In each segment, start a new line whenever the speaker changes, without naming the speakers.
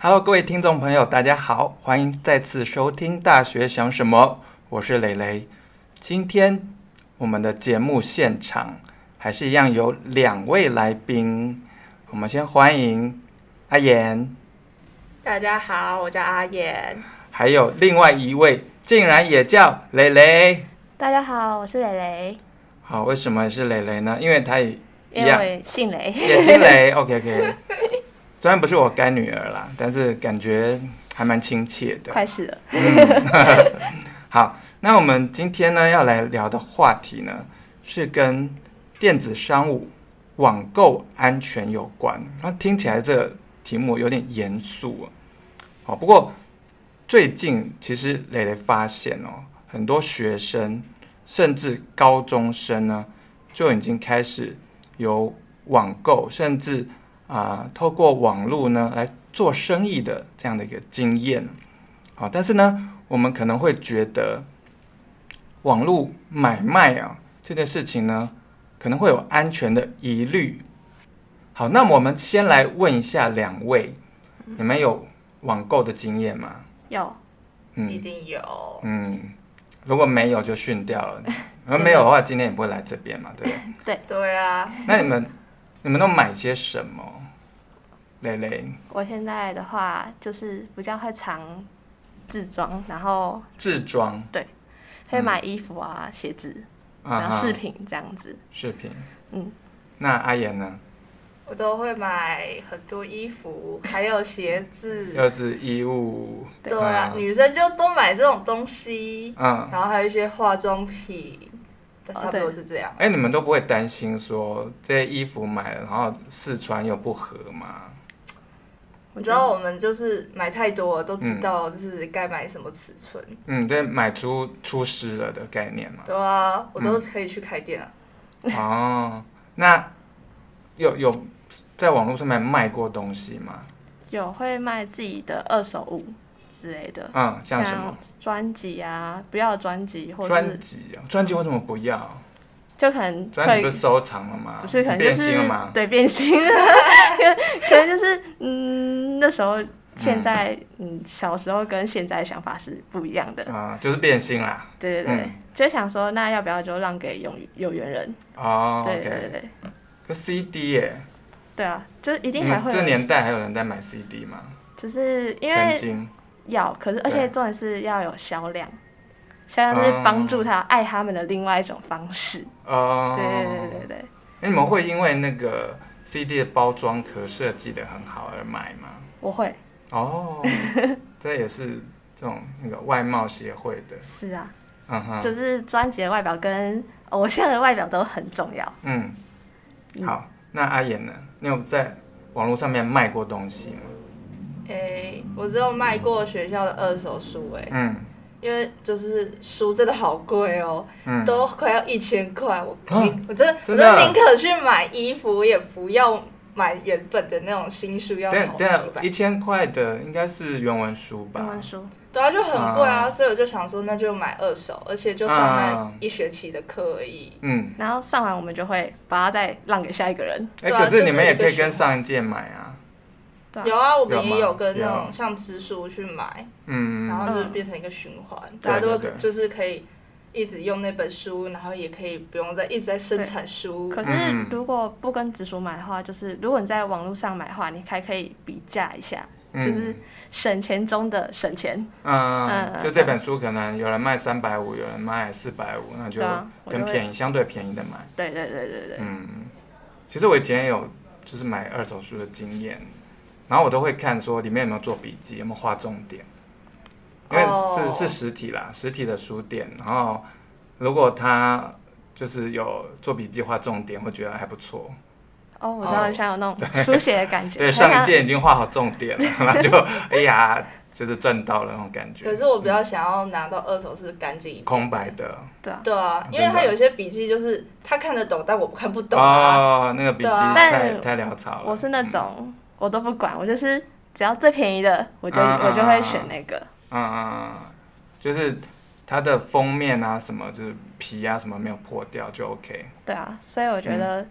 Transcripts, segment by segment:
Hello，各位听众朋友，大家好，欢迎再次收听《大学想什么》，我是蕾蕾。今天我们的节目现场还是一样有两位来宾，我们先欢迎阿言，
大家好，我叫阿妍。
还有另外一位竟然也叫蕾蕾。
大家好，我是蕾蕾，
好，为什么是蕾蕾呢？因为她也一
因
样
为姓蕾。
也姓雷。OK OK，虽然不是我干女儿啦，但是感觉还蛮亲切的。
快是了，
好，那我们今天呢要来聊的话题呢，是跟电子商务、网购安全有关。那听起来这个题目有点严肃哦。好，不过最近其实蕾蕾发现哦，很多学生甚至高中生呢，就已经开始有网购，甚至啊、透过网络呢来做生意的这样的一个经验。好，但是呢，我们可能会觉得网络买卖啊这件事情呢，可能会有安全的疑虑。好，那我们先来问一下两位，你们有网购的经验吗？
有
一
嗯
定有。
嗯，如果没有就训掉了，如果没有的话，今天也不会来这边嘛，对不对？
对啊，
那你们你们都买些什么？蕾蕾
我现在的话就是比较会藏自装，然后
制装
会买衣服啊、鞋子，
啊
然
哈
后饰品这样子。
饰品，
嗯，
那阿妍呢？
我都会买很多衣服，还有鞋子。
又是衣物，
嗯呃对啊，女生就都买这种东西，
嗯，
然后还有一些化妆品，但
哦
差不多
对
是这样。
哎、你们都不会担心说这些衣服买了，然后试穿又不合吗？
我
你
觉
知
得
道我们就是买太多了，都知道就是该买什么尺寸。
嗯，这买出出师了的概念嘛。
对啊，我都可以去开店啊。
哦，那有有在网络上面卖过东西吗？
有会卖自己的二手物之类的，
嗯，像什么
专辑啊，不要专辑，或者
专
是
辑啊？专辑为什么不要？
就可能
专
退
辑不是收藏了吗？
不是，可能就
变
是
心了吗？
对变形， 可能就是嗯，那时候现在嗯小时候跟现在想法是不一样的，
啊、就是变心啦。
对对对，
嗯
就想说那要不要就让给有有缘人？
哦
对对对
，OK，
对，
可 CD 耶、
对啊，就一
你
定还
们
会
这
有人，
年代还有人在买 CD 吗？
就是因
曾
为
经，
要，可是而且
对
重点是要有销量，销量是帮助他爱他们的另外一种方式。
哦，
对对对对对，
那你们会因为那个 CD 的包装壳设计的很好而买吗？
我会
哦， 这也是这种那个外贸协会的，
是啊，
嗯哼，
就是专辑的外表跟偶像的外表都很重要。
嗯，好，那阿妍呢？你有在网络上面卖过东西吗？
诶，我只有卖过学校的二手书，诶，
嗯
因为就是书真的好贵哦。
嗯，
都快要一千块，我
啊
宁我真的
真的
我真宁可去买衣服，也不要买原本的那种新书，要
但
好几
但
百
啊一，千块的应该是原文书
英
吧？
文书
对啊，就很贵啊，
啊
所以我就想说，那就买二手，而且就上
啊
那一学期的课而已。
嗯，
然后上完我们就会把它再让给下一个人。
哎、
对啊
可是你们也可
就是
以
一个
跟上一届买啊，
对啊
有啊，我们
有吗
也有跟那
有
种像支书去买，
嗯，
然后就是
嗯
变成一个循环，
对
大家都
对对
就是可以一直用那本书，然后也可以不用再一直在生产书。
嗯
可是如果不跟直属买的话，就是如果你在网络上买的话，你还可以比价一下，
嗯
就是省钱中的省钱。
嗯，
嗯
就这本书可能有人卖三百五，有人卖四百五，那就
对啊我就
跟
会
便宜相对便宜的买。
对对对对对，
嗯，其实我以前也有就是买二手书的经验，然后我都会看说里面有没有做笔记，有没有画重点，因为是、
哦
是实体啦，实体的书店，然后如果他就是有做笔记画重点，会觉得还不错。
哦，我知道像有那种书写的感觉。
对，上一届已经画好重点了，然 后就哎呀，就是赚到了那种感觉
可，是我比较想要拿到二手是干净一点的
空白的。
对啊，
对啊，因
真
为
的
他有些笔记就是他看得懂，但我不看不懂啊。
哦，那个笔记
对啊
太太
但
潦草了。
我是那种我都不管，我就是只要最便宜的，我就
啊
我就会选那个。
嗯，嗯嗯，就是它的封面啊，什么就是皮啊，什么没有破掉就 OK。
对啊，所以我觉得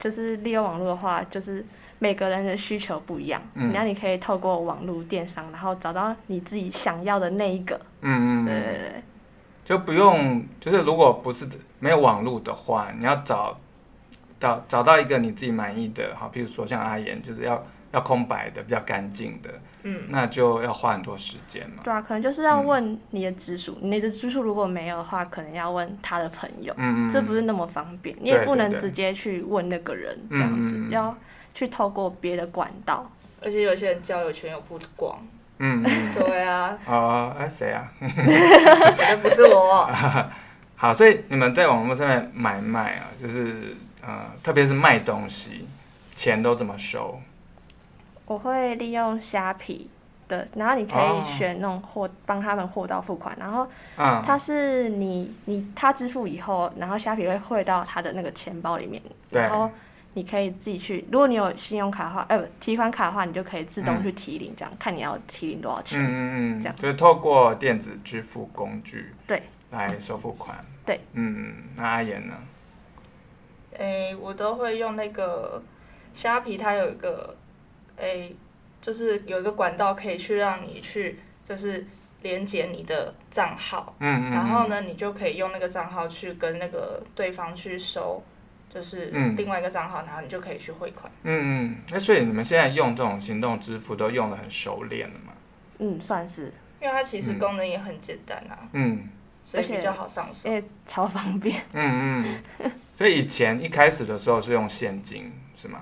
就是利用网络的话，就是每个人的需求不一样，
嗯
然后你可以透过网络电商，然后找到你自己想要的那一个。
嗯嗯
对对
嗯，
对
就不用，就是如果不是没有网络的话，你要找到找到一个你自己满意的，好，比如说像阿言，就是要要空白的，比较干净的，
嗯，
那就要花很多时间嘛。
对啊，可能就是要
嗯
问你的直属，你的直属如果没有的话，可能要问他的朋友，
嗯嗯，
这不是那么方便，你
对
也不
对
能
对
直接去问那个人这样子
嗯嗯，嗯
要去透过别的管道。
而且有些人交友圈又不广，
嗯嗯
对啊，
哦，哎谁啊？
那不是我，
好，所以你们在网络上面买卖啊，就是呃，特别是卖东西，钱都怎么收？
我会利用虾皮的，然后你可
哦
以选那种货，帮他们货到付款，然后
嗯，
它是你你他支付以后，然后虾皮会汇到他的那个钱包里面，
对
然后你可以自己去，如果你有信用卡的话，哎、不提款卡的话，你就可以自动
嗯
去提领，这样、看你要提领多少钱。
嗯嗯
这
嗯
样，子
就是透过电子支付工具
对
来收付款。
对，
嗯，那阿言呢？
诶，我都会用那个虾皮，它有一个，诶，就是有一个管道可以去让你去，就是连接你的账号，
嗯嗯，
然后呢，你就可以用那个账号去跟那个对方去收，就是
嗯
另外一个账号，然后你就可以去汇款。
嗯？嗯嗯，那所以你们现在用这种行动支付都用的很熟练了嘛？
嗯，算是，
因为它其实
嗯
功能也很简单啊，
嗯
所以
而且
比较好上手。
因为超方便。
嗯嗯，所以以前一开始的时候是用现金是吗？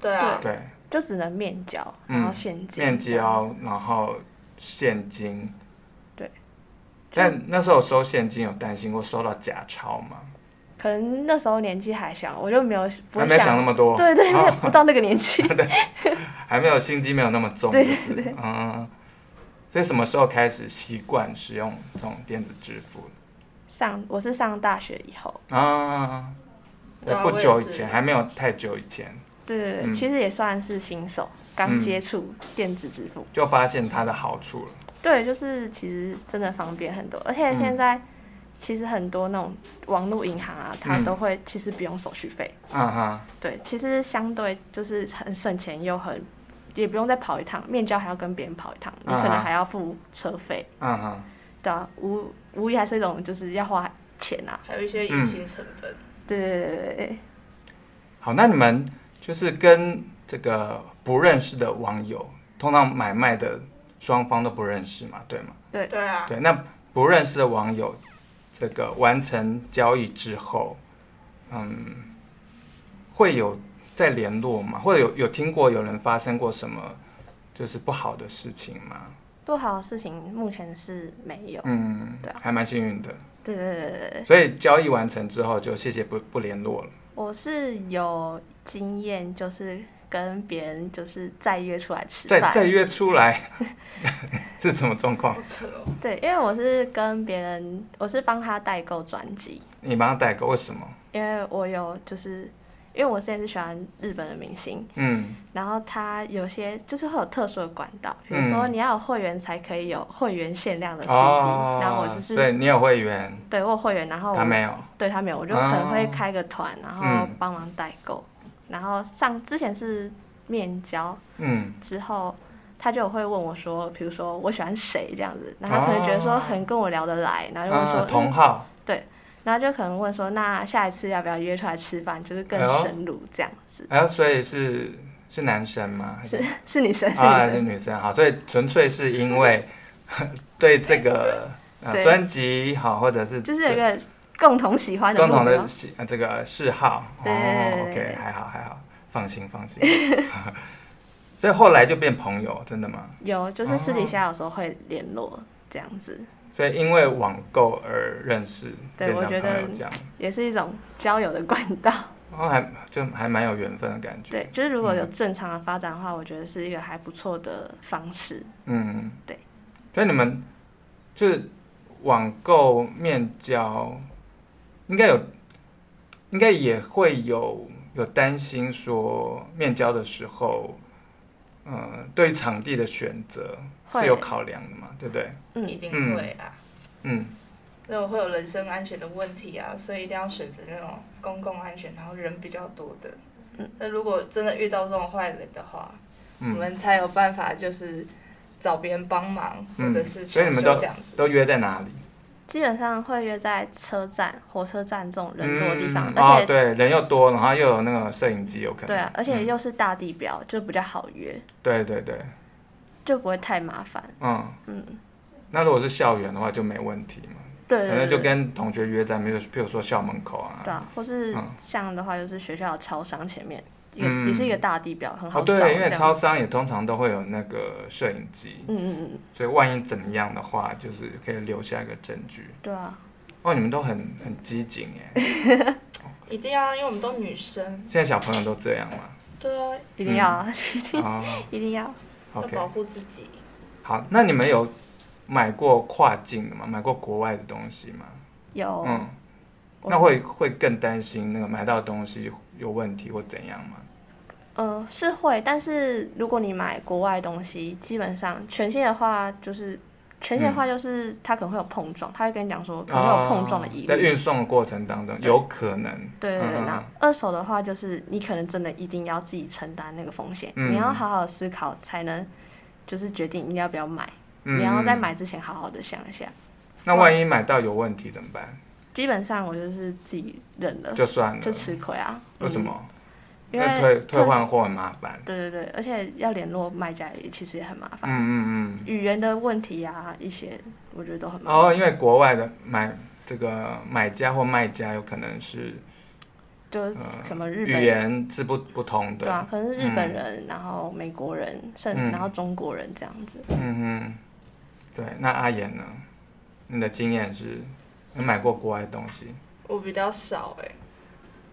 对啊，
对，
就只能面交，
嗯
然后现金。
面交，然后现金。
对。
但那时候收现金有担心过收到假钞吗？
可能那时候年纪还小，我就没有不
还
会
没想那么多，
对对，没 有不到那个年纪。
还没有心机没有那么重，
对
就是嗯。所以什么时候开始习惯使用这种电子支付
上我是上大学以后，
啊？
对啊
不久以
我也是
前，还没有太久以前，
对对对，
嗯
其实也算是新手，
嗯
刚接触电子支付。
就发现它的好处了。
对，就是其实真的方便很多，而且
嗯
现在其实很多那种网络银行啊，它
嗯
都会其实不用手续费。
嗯哼，
对，其实相对就是很省钱又很。也不用再跑一趟，面交还要跟别人跑一趟，你可
啊
能
哈
还要付车费，
嗯哼，
对啊，无无疑还是一种就是要花钱啊，
还有一些
嗯
隐形成本。
对对对对对，
好，那你们就是跟这个不认识的网友，通常买卖的双方都不认识嘛，对吗？
对啊，
对，那不认识的网友，这个完成交易之后，嗯，会有再联络吗？或者有有听过有人发生过什么就是不好的事情吗？
不好的事情目前是没有，
嗯
对啊，
还蛮幸运的。
对对对对对，
所以交易完成之后就谢谢不不联络了。
我是有经验，就是跟别人就是再约出来吃
再
饭，
再约出来 是什么状况？
好扯哦。
对，因为我是跟别人，我是帮他代购专辑，
你帮他代购为什么？
因为我有就是因为我之前是喜欢日本的明星，
嗯
然后他有些就是会有特殊的管道，比如说
嗯
你要有会员才可以有会员限量的 CD，、
哦，
然后我就是
所以你有会员，
对我有会员，然后我
他没有。
对他没有，我就可能会
哦
开个团，然后
嗯
帮忙代购，然后上之前是面交，
嗯
之后，他就会问我说，比如说我喜欢谁这样子，然后他可能觉得
哦
说很跟我聊得来，然后就问说、
啊，同
嗯
号。
然后就可能问说，那下一次要不要约出来吃饭，就是更
哎呦
深入这样子。
哎，所以是是男生吗？还
是 是女生，是
啊，
女
还是
生，
女生？好，所以纯粹是因 为对这个呃
对
专辑好，或者是
就是有一个共同喜欢的
共
目
同
标
的。喜呃这个嗜好。
对
哦
对对
，OK，还好还好，放心放心。 所以后来就变朋友，真的吗？
有，就是私
哦
底下有时候会联络这样子，
所以因为网购而认识，
对
变
我
成
觉得
朋友这样，
也是一种交友的管道。
哦，还就还蛮有缘分的感觉。
对，就是如果
嗯
有正常的发展的话，我觉得是一个还不错的方式。
嗯，
对。
所以你们就是网购面交，应该有，应该也会有有担心说面交的时候，呃，对于场地的选择
会
是有考量的嘛，对不对？
一
嗯，
定会啊。
嗯，
就会有人身安全的问题啊，所以一定要选择那种公共安全，然后人比较多的。那如果真的遇到这种坏人的话，
嗯
我们才有办法就是找别人帮忙，
嗯
或者是
所以
求
你
救
们都
这样子。
都约在哪里？
基本上会约在车站、火车站这种人多的地方，
嗯
而
哦，
且、
对，人又多，然后又有那个摄影机，有可能。
对啊，而且
嗯
又是大地标，就比较好约，
对对对，
就不会太麻烦。
嗯
嗯，
那如果是校园的话就没问题嘛，
对
可
对
能
对
就跟同学约在，比如比如说校门口
对
啊。
啊，或是
嗯
像的话，就是学校的超商前面，也、
嗯
也是一个大地标，很
哦，
好找。
对，因为
这样
超商也通常都会有那个摄影机，
嗯嗯嗯嗯，
所以万一怎么样的话，就是可以留下一个证据。
对啊，
哦，你们都很很机警哎，
一定啊要，因为我们都女生，
现在小朋友都这样 嘛。
对啊，
一定要啊，一定、
哦
一定要。
要
，OK，
保护自己。
好，那你们有买过跨境的吗？买过国外的东西吗？
有，
嗯，
哦我
那会会更担心那个买到的东西有问题或怎样吗？
嗯、是会，但是如果你买国外东西，基本上全新的话就是。全新的
嗯
话就是它可能会有碰撞，他会跟你讲说可能会有碰撞的
哦
疑虑。
在运送的过程当中有可能。
对对对，
嗯
那二手的话就是你可能真的一定要自己承担那个风险，
嗯
你要好好思考才能，就是决定你要不要买，
嗯
你要在。买之前好好的想一下。
那万一买到有问题怎么办？
基本上我就是自己忍了，
就算了
就。吃亏啊。
为什
嗯？
么？
因
因
为
为退退换货很麻烦。
对对对，而且要联络卖家也其实也很麻
嗯
烦，
嗯嗯。
语言的问题啊，一些我觉得都很麻烦。
哦，因为国外的买这个买家或卖家有可能是
就是
呃
什么日
语
本
言是不不同
对啊
的。，
可能是日本
嗯
人，然后美国人，甚
嗯
然后中国人这样子。
嗯嗯。对，那阿言呢？你的经验是，你买过国外的东西？
我比较少哎、
嗯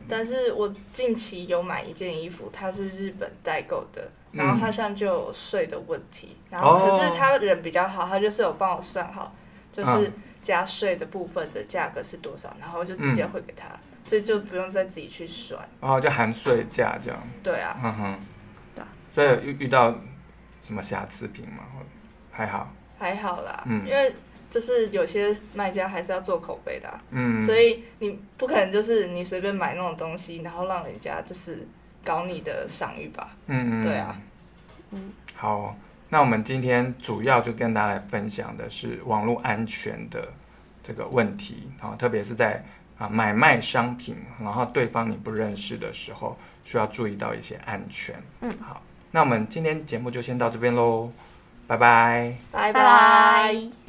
但是我近期有买一件衣服，它是日本代购的，
嗯哦
然后它像就有税的问题，然后可是他人比较好，他就是有帮我算好，
嗯
就是加税的部分的价格是多少，然后我就直接汇给他，
嗯
所以就不用再自己去算。
然后就含税价这样。
对啊，
嗯哼
对啊，
所以有遇遇到什么瑕疵品吗？或还好，
还好啦，
嗯
因为就是有些卖家还是要做口碑的啊、
嗯，
所以你不可能就是你随便买那种东西，然后让人家就是搞你的赏誉吧。
嗯，嗯
对啊，
嗯，
好，那我们今天主要就跟大家来分享的是网络安全的这个问题，然后特别是在啊买卖商品，然后对方你不认识的时候，需要注意到一些安全。
嗯，
好，那我们今天节目就先到这边喽，拜拜。
拜
拜拜。